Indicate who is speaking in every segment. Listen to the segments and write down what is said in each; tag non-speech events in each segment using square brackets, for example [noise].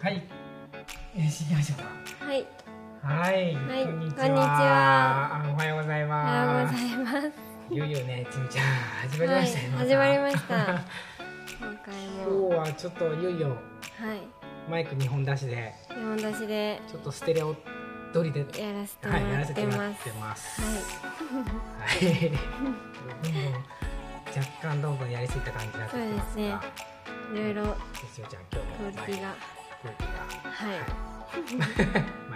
Speaker 1: はい。よし、よいし
Speaker 2: はい、
Speaker 1: ょ。はい。
Speaker 2: はい
Speaker 1: こんにち
Speaker 2: こんに
Speaker 1: は
Speaker 2: ちは。
Speaker 1: あおはようござい
Speaker 2: おはよう
Speaker 1: ま
Speaker 2: ご
Speaker 1: す
Speaker 2: ざ。います。
Speaker 1: いよいよね、ちみちゃん、始まり
Speaker 2: は
Speaker 1: ま
Speaker 2: い、
Speaker 1: したよ。
Speaker 2: 始まりまし
Speaker 1: 今
Speaker 2: た。今回
Speaker 1: 日
Speaker 2: も、
Speaker 1: はちょっといよいよ
Speaker 2: はい、
Speaker 1: マイク2本出しで、
Speaker 2: 日本出しで
Speaker 1: ちょっとステレオ撮りで、
Speaker 2: やらせても
Speaker 1: はい、や
Speaker 2: ら
Speaker 1: ら
Speaker 2: っ
Speaker 1: せて
Speaker 2: て
Speaker 1: も
Speaker 2: ま
Speaker 1: らっ
Speaker 2: す。
Speaker 1: てます。
Speaker 2: はい、
Speaker 1: はい。どんどん若干どんどんやりすぎた感じになってきます
Speaker 2: そうですね
Speaker 1: が、
Speaker 2: いろいろ
Speaker 1: ちみちゃん、今
Speaker 2: クオリ
Speaker 1: 日も
Speaker 2: ティが、
Speaker 1: クオリティが。
Speaker 2: は
Speaker 1: はい
Speaker 2: い、。
Speaker 1: 参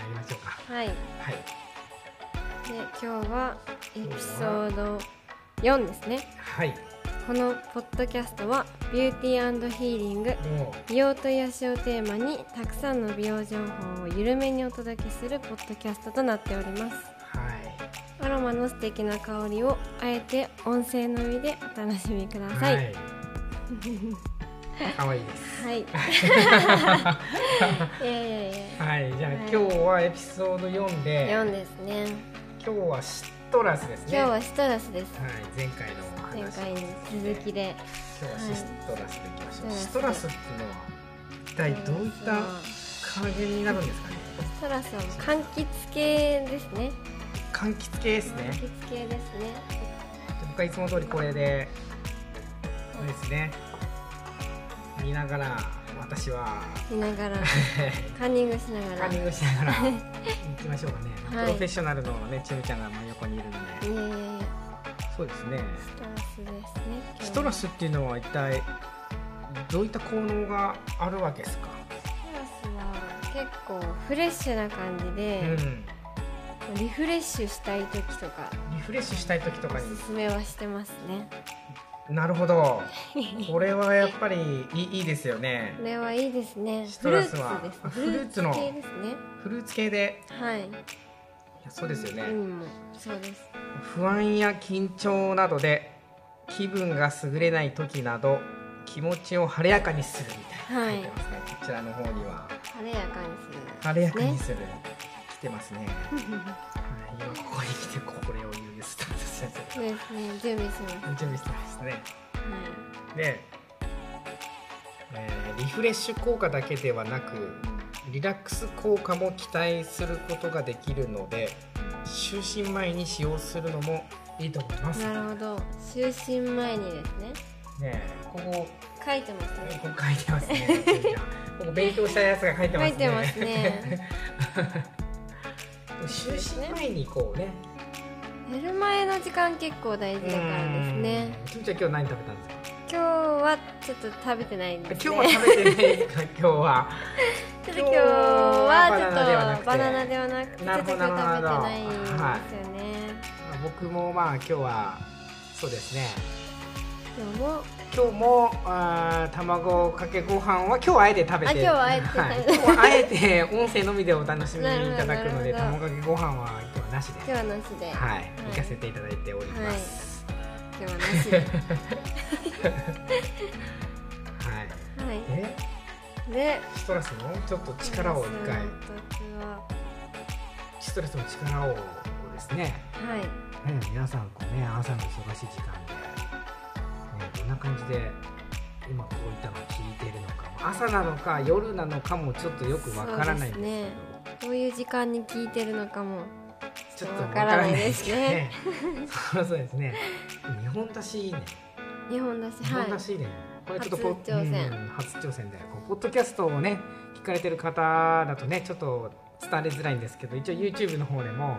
Speaker 1: りましょうか。
Speaker 2: はい。で、
Speaker 1: はい。
Speaker 2: 今日はエピソード4ですね。
Speaker 1: はい。
Speaker 2: このポッドキャストはビューティーヒーリング。
Speaker 1: もう。
Speaker 2: 美容と癒しをテーマにたくさんの美容情報を緩めにお届けするポッドキャストとなっております
Speaker 1: はい。
Speaker 2: アロマの素敵な香りをあえて音声のみでお楽しみください。はい。
Speaker 1: 可愛いです。 [laughs]
Speaker 2: い、やいやい
Speaker 1: はい、じゃあ、
Speaker 2: はい
Speaker 1: 今日はエピソード4
Speaker 2: や。四
Speaker 1: で、
Speaker 2: ですね。
Speaker 1: 今日はシトラスです
Speaker 2: 今
Speaker 1: ね。
Speaker 2: 日はシトラスです。
Speaker 1: い、前回のお話
Speaker 2: 前回に続
Speaker 1: で、
Speaker 2: きで。
Speaker 1: 今日はシトラスでいきましょう。
Speaker 2: はい
Speaker 1: シトラスっていうのは一体どういった加減になるんですかね。
Speaker 2: シトラスは柑橘系ですね。
Speaker 1: 柑橘系です
Speaker 2: 柑
Speaker 1: ね。
Speaker 2: 橘系ですね。
Speaker 1: 僕はいつも通りこれで、これですね。見ながら私は
Speaker 2: 見ながら、カンニングしなが
Speaker 1: カ
Speaker 2: ら。
Speaker 1: ン
Speaker 2: い
Speaker 1: ニ
Speaker 2: や
Speaker 1: ングしながら行きましょうかね、
Speaker 2: はい
Speaker 1: プロフェッショナルのねちむちゃんが真横にいるんで
Speaker 2: いやいや、
Speaker 1: そうですね
Speaker 2: シトラスですね。今日は
Speaker 1: シトラスっていうのは一体どういった効能があるわけですか、
Speaker 2: シトラスは結構フレッシュな感じで、
Speaker 1: うん、
Speaker 2: リフレッシュしたい時とか。
Speaker 1: リフレッシュしたい時とか
Speaker 2: お
Speaker 1: に
Speaker 2: すすめはしてますね。
Speaker 1: なるほどこれはやっぱりいいいいですよね
Speaker 2: これはいいですね。
Speaker 1: シトラスは
Speaker 2: フルー
Speaker 1: あフルーツ
Speaker 2: ツですね。
Speaker 1: の
Speaker 2: 系ですね。
Speaker 1: フルーツ系で
Speaker 2: はい。
Speaker 1: いやそうですよね、
Speaker 2: 意味もそうです。
Speaker 1: 不安や緊張などで気分が優れない時など気持ちを晴れやかにするみたいな、
Speaker 2: はい
Speaker 1: 書いてますねこちらの方には
Speaker 2: 晴れやかにする。
Speaker 1: 晴れやかに
Speaker 2: ね
Speaker 1: する、来てますね、はい、今ここに来てこれを言うスタンスですね
Speaker 2: そうですね。準備します。は
Speaker 1: 準備してますねで、えーリフレッシュ効果だけではなくリラックス効果も期待することができるので就寝前に使用するのもいいと思いま
Speaker 2: い。
Speaker 1: す
Speaker 2: なるほど。就寝前にですね。
Speaker 1: ねえここ
Speaker 2: 書いてますね。
Speaker 1: ここ書いてます
Speaker 2: [laughs]
Speaker 1: ね。ここ勉強したやつが書いてま
Speaker 2: 書
Speaker 1: すね。
Speaker 2: いてます。ね。
Speaker 1: 就寝前にこうね。
Speaker 2: 寝る前の時間結構大事だからですね。
Speaker 1: うん。ちみちゃん今日何食べたんですか。
Speaker 2: 今日はちょっと食べてないんです、ね。
Speaker 1: 今日は食べてないですか。今日は。
Speaker 2: ち [laughs] ょっと今日は
Speaker 1: 今
Speaker 2: ち
Speaker 1: 日
Speaker 2: ょっ
Speaker 1: は
Speaker 2: と
Speaker 1: バ
Speaker 2: バ
Speaker 1: ナ
Speaker 2: ナ
Speaker 1: ナ
Speaker 2: ナ
Speaker 1: で
Speaker 2: ではなくてちょ
Speaker 1: な
Speaker 2: っ
Speaker 1: るほ
Speaker 2: と
Speaker 1: ど
Speaker 2: 今日食べて
Speaker 1: な
Speaker 2: な
Speaker 1: るほどは
Speaker 2: いんですよ
Speaker 1: い
Speaker 2: ね。
Speaker 1: まあ [laughs] 僕もまあ今日はそうですね。
Speaker 2: 今日も
Speaker 1: 今日もあー卵かけご飯は今日はあえて食べて
Speaker 2: あ今日はあえて食べ
Speaker 1: はい、今日はあえて音声のみでお楽しみいただくので
Speaker 2: なるほ
Speaker 1: 卵
Speaker 2: ど
Speaker 1: かけご飯は今日はなしで
Speaker 2: 今日はなしで、
Speaker 1: はい、行かせていただいております、
Speaker 2: 今日はなしで。
Speaker 1: はい、
Speaker 2: はい。
Speaker 1: え
Speaker 2: で、
Speaker 1: ストラスのちょっと力を一回
Speaker 2: 私は
Speaker 1: ストレスの力をですね、
Speaker 2: はい。
Speaker 1: ね皆さんこうね朝の忙しい時間で、ね、どんな感じで今こういったのを聞いてるのかまあ朝なのか夜なのかもちょっとよくわからないんですけど
Speaker 2: そうですねこういう時間に聞いてるのかも。
Speaker 1: ちょっ
Speaker 2: そう
Speaker 1: とわか
Speaker 2: わか
Speaker 1: ら
Speaker 2: ら
Speaker 1: な
Speaker 2: ないい
Speaker 1: で
Speaker 2: ですす
Speaker 1: けどね
Speaker 2: ね
Speaker 1: [laughs] そうそうですね日本らしいね
Speaker 2: 日本だし、
Speaker 1: 日
Speaker 2: は
Speaker 1: 本
Speaker 2: い。
Speaker 1: らしいね、これちょっとこ
Speaker 2: 初挑戦
Speaker 1: うん初挑戦でこうポッドキャストをね聞かれてる方だとねちょっと伝わりづらいんですけど一応 YouTube の方でも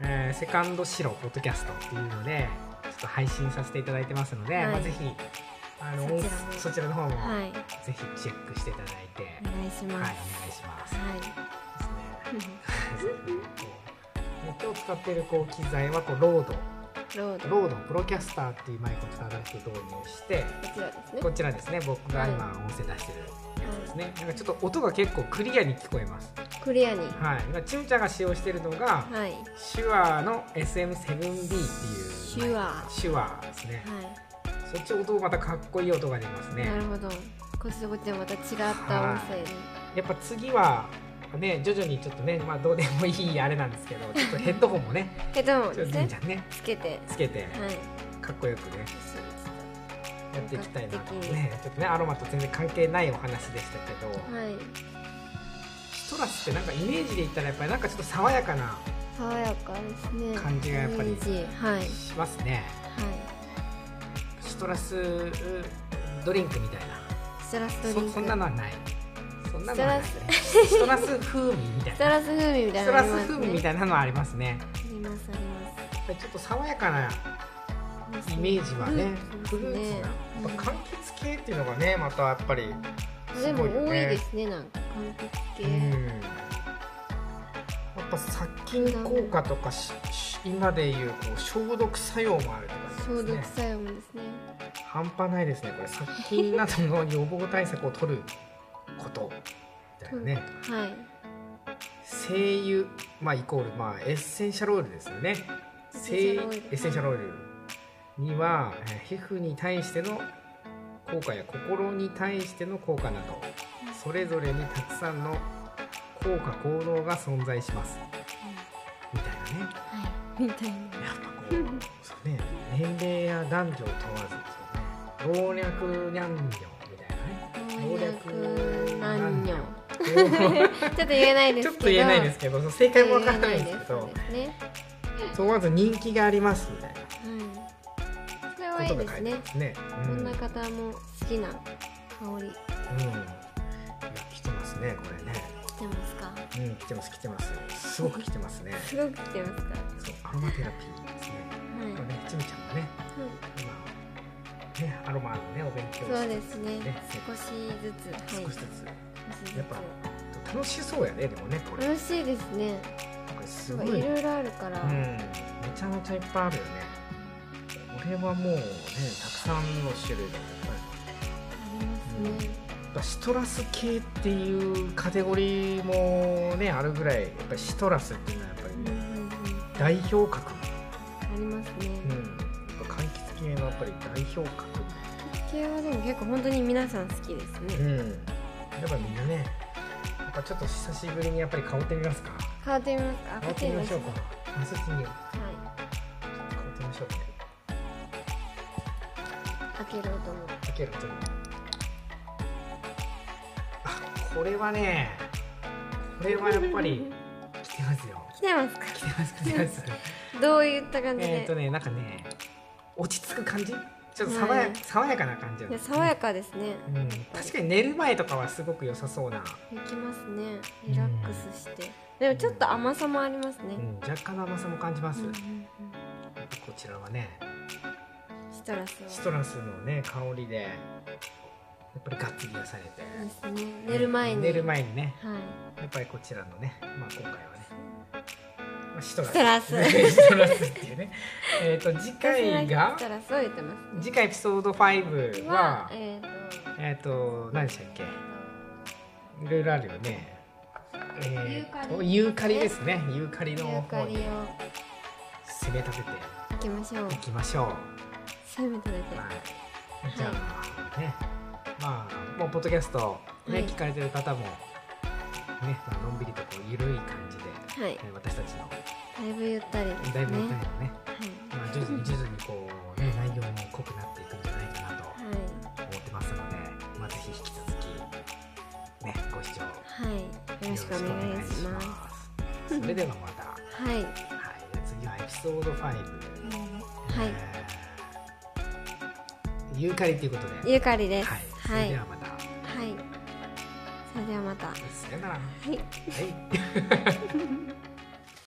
Speaker 1: えーセカンドシロポッドキャストっていうのでちょっと配信させていただいてますので、
Speaker 2: はい
Speaker 1: まあ、ぜひあの
Speaker 2: そちらも
Speaker 1: そちらの方も、
Speaker 2: はい。はい。
Speaker 1: ぜひチェックしていただいて、
Speaker 2: お願い
Speaker 1: は
Speaker 2: し
Speaker 1: い、お
Speaker 2: ま
Speaker 1: 願
Speaker 2: す。
Speaker 1: いします。
Speaker 2: は
Speaker 1: ですね
Speaker 2: い。
Speaker 1: こう今日使ってるこう機材はこうロード
Speaker 2: ロード。こ
Speaker 1: ロードプロキャスターっていうマイクを新しく導入して
Speaker 2: ちらですね。
Speaker 1: こちらですね僕が今音声出してるやつですね、なんかちょっと音が結構クリアに聞こえます
Speaker 2: クリアに。
Speaker 1: はい今ちむちゃんが使用してるのが、
Speaker 2: はい。
Speaker 1: シュアーの SM7B っていう
Speaker 2: シュアー
Speaker 1: シュアーですね、
Speaker 2: は
Speaker 1: そっち音またかっこいい音が出ます
Speaker 2: い。
Speaker 1: ね
Speaker 2: なるほど。こっちとこっちでまた違った音声で。
Speaker 1: やっぱ次はね徐々にちょっとねまあどうでもいいあれなんですけ
Speaker 2: [laughs]
Speaker 1: どちょっとヘッドホンもね
Speaker 2: え、でも
Speaker 1: ちょ
Speaker 2: で
Speaker 1: っと
Speaker 2: す
Speaker 1: じい
Speaker 2: ね
Speaker 1: ち。ゃんね
Speaker 2: つけて。
Speaker 1: つけて
Speaker 2: はい。
Speaker 1: かっこよくねやっていきたいな
Speaker 2: 本格的
Speaker 1: ねちょっとねアロマと全然関係ないお話でしたけど、
Speaker 2: はい
Speaker 1: シトラスってなんかイメージで言ったらやっぱりなんかちょっと爽やかな
Speaker 2: 爽やかですね
Speaker 1: 感じがやっぱり
Speaker 2: イメージはいはい
Speaker 1: しますねシトラスドリンクみたいな
Speaker 2: ストラストリン
Speaker 1: そ
Speaker 2: ク
Speaker 1: そんなのはないそんなのはないねシトラス風味みたい
Speaker 2: スト
Speaker 1: な
Speaker 2: ラス風味みた
Speaker 1: シ
Speaker 2: い
Speaker 1: ト
Speaker 2: な
Speaker 1: ラス風味み
Speaker 2: い
Speaker 1: たいなのはありますね
Speaker 2: ありますあります
Speaker 1: やっぱりちょっと爽やかな
Speaker 2: あります
Speaker 1: イメージはねフ
Speaker 2: フル
Speaker 1: ルーツ
Speaker 2: ーツです
Speaker 1: な
Speaker 2: ね
Speaker 1: やっぱ柑橘系っていうのがねまたやっぱり
Speaker 2: です
Speaker 1: ごいよ
Speaker 2: も多い
Speaker 1: ね
Speaker 2: ですねなんか韓国系、
Speaker 1: うんやっぱ殺菌効果とかしし今でいうこう消毒作用もあるとかで
Speaker 2: 消
Speaker 1: す
Speaker 2: 毒
Speaker 1: ね
Speaker 2: 作用もですね
Speaker 1: 半端ないですねこれ殺菌などの予防対策を取ることみたいなね
Speaker 2: はい
Speaker 1: 精油、まあ、イコール、まあ、エッセンシャルオイルですよね
Speaker 2: エッセンシ
Speaker 1: 精
Speaker 2: ャル
Speaker 1: 油
Speaker 2: オイル
Speaker 1: エッセンシャルオイルにはえー皮膚に対しての効果や心に対しての効果などそれぞれにたくさんの効果行動が存在しますみたいなね
Speaker 2: はいみたいな
Speaker 1: やっぱこう [laughs] そうね年齢や男女を問わずですよね老若男女みたいなね
Speaker 2: 老若男女 [laughs]
Speaker 1: ち
Speaker 2: ちょっと言えないですけど
Speaker 1: ょっと言えないですけどその正解もわからないんですけ
Speaker 2: 言え
Speaker 1: ど
Speaker 2: ないですそうですね
Speaker 1: そうまず人気がありますみたい
Speaker 2: はいそれは
Speaker 1: ないこ
Speaker 2: い
Speaker 1: と
Speaker 2: で
Speaker 1: が書
Speaker 2: す
Speaker 1: いてます
Speaker 2: ね
Speaker 1: ね。
Speaker 2: こ
Speaker 1: うんん、うん、
Speaker 2: な方も好きな香り
Speaker 1: 来てますねこれね。
Speaker 2: 来てますか
Speaker 1: うん、来てます来てます。すごく来てますね。
Speaker 2: すごく来てますかは
Speaker 1: そうアロマテラピーですね。
Speaker 2: い、
Speaker 1: これねちみちゃんがね今ねアロマのねお勉強を
Speaker 2: そう
Speaker 1: して
Speaker 2: ですね
Speaker 1: ね
Speaker 2: 少しずつはい
Speaker 1: 少
Speaker 2: 少
Speaker 1: し
Speaker 2: し
Speaker 1: ず
Speaker 2: ずつ
Speaker 1: やっつ楽しそうやねでもねこれ
Speaker 2: 楽しいですね
Speaker 1: これす
Speaker 2: なん
Speaker 1: ご
Speaker 2: か
Speaker 1: い。
Speaker 2: いろいろあるから、
Speaker 1: うん、めちゃめちゃいっぱいあるよね。これはもうね、たくさんの種類がやっぱり
Speaker 2: ありますね、
Speaker 1: やっぱシトラス系っていうカテゴリーもねあるぐらいやっぱりシトラスっていうのはやっぱ
Speaker 2: うんうんうん
Speaker 1: り代表格、
Speaker 2: ありますね、
Speaker 1: うん、やっぱ柑橘系のやっぱり代表格、
Speaker 2: 系はでも結構本当に皆さん好きですね、
Speaker 1: うん、やっぱみんなねやっぱちょっと久しぶりにやっぱり香ってみますか
Speaker 2: 変わってみますか
Speaker 1: 香ってみましょうか
Speaker 2: は
Speaker 1: マスチに香
Speaker 2: い
Speaker 1: ってみましょうかね
Speaker 2: 開ける音も
Speaker 1: かける音にあこれはねこれはやっぱり来てますよ
Speaker 2: 来てますか
Speaker 1: 来てます来てます
Speaker 2: どういった感じで、
Speaker 1: えっ、ー、とね、なんかね、落ち着く感じ。ちょっと爽や,、
Speaker 2: はい
Speaker 1: 爽やかな感じ。
Speaker 2: いや爽や。かですね
Speaker 1: うん、確かに寝る前とかはすごく良さそうな、
Speaker 2: できますねリラックスして、でもちょっと甘さもありますね
Speaker 1: う、ん、若干の甘さも感じます、
Speaker 2: うんうんうん
Speaker 1: こちらはね
Speaker 2: シトラスは
Speaker 1: シトラスのね香りでやっぱりがっつり癒されて、
Speaker 2: ですね寝る前に
Speaker 1: 寝る前にね
Speaker 2: はい
Speaker 1: やっぱりこちらのね、まあ、今回はねまあシト
Speaker 2: シトラス
Speaker 1: シトラスっていうね
Speaker 2: [laughs]
Speaker 1: えっと次回
Speaker 2: 私は
Speaker 1: が
Speaker 2: シトラスを言ってま
Speaker 1: 次回エピソード
Speaker 2: す
Speaker 1: 5は
Speaker 2: えっ、と
Speaker 1: えっ、と何でしたっけいろいろあるよね。えーとユー
Speaker 2: ユー
Speaker 1: カ
Speaker 2: カ
Speaker 1: リ
Speaker 2: リ
Speaker 1: ですね。ユーカリ
Speaker 2: ユ
Speaker 1: の
Speaker 2: ーカ
Speaker 1: 方
Speaker 2: リ
Speaker 1: に
Speaker 2: を
Speaker 1: 攻め立てて
Speaker 2: いきましょう
Speaker 1: いきましょう。
Speaker 2: 攻めて出て
Speaker 1: は。
Speaker 2: はい
Speaker 1: じゃあ、ね、まあもうポッドキャストね、
Speaker 2: はい
Speaker 1: 聞かれてる方もね、まあのんびりとこうゆるい感じで、え
Speaker 2: い
Speaker 1: ー私たちの
Speaker 2: だいぶゆったりですね
Speaker 1: だいぶねね、
Speaker 2: はい
Speaker 1: まあ徐々に徐々にこうね内容も濃くなっていくんじゃないかなと
Speaker 2: は
Speaker 1: 思ってますので、まあぜひ引き続きねご視聴よ
Speaker 2: い、はい、よろしくお願いします。
Speaker 1: すそれではまた。
Speaker 2: はい、
Speaker 1: はい、じゃあ次はエピソード5、
Speaker 2: はい
Speaker 1: えーユーカリということで、
Speaker 2: ゆかりです。
Speaker 1: はい、そ
Speaker 2: は
Speaker 1: れ
Speaker 2: い、
Speaker 1: で
Speaker 2: はい
Speaker 1: はまた、
Speaker 2: それではまた。は。
Speaker 1: さよなら。はいい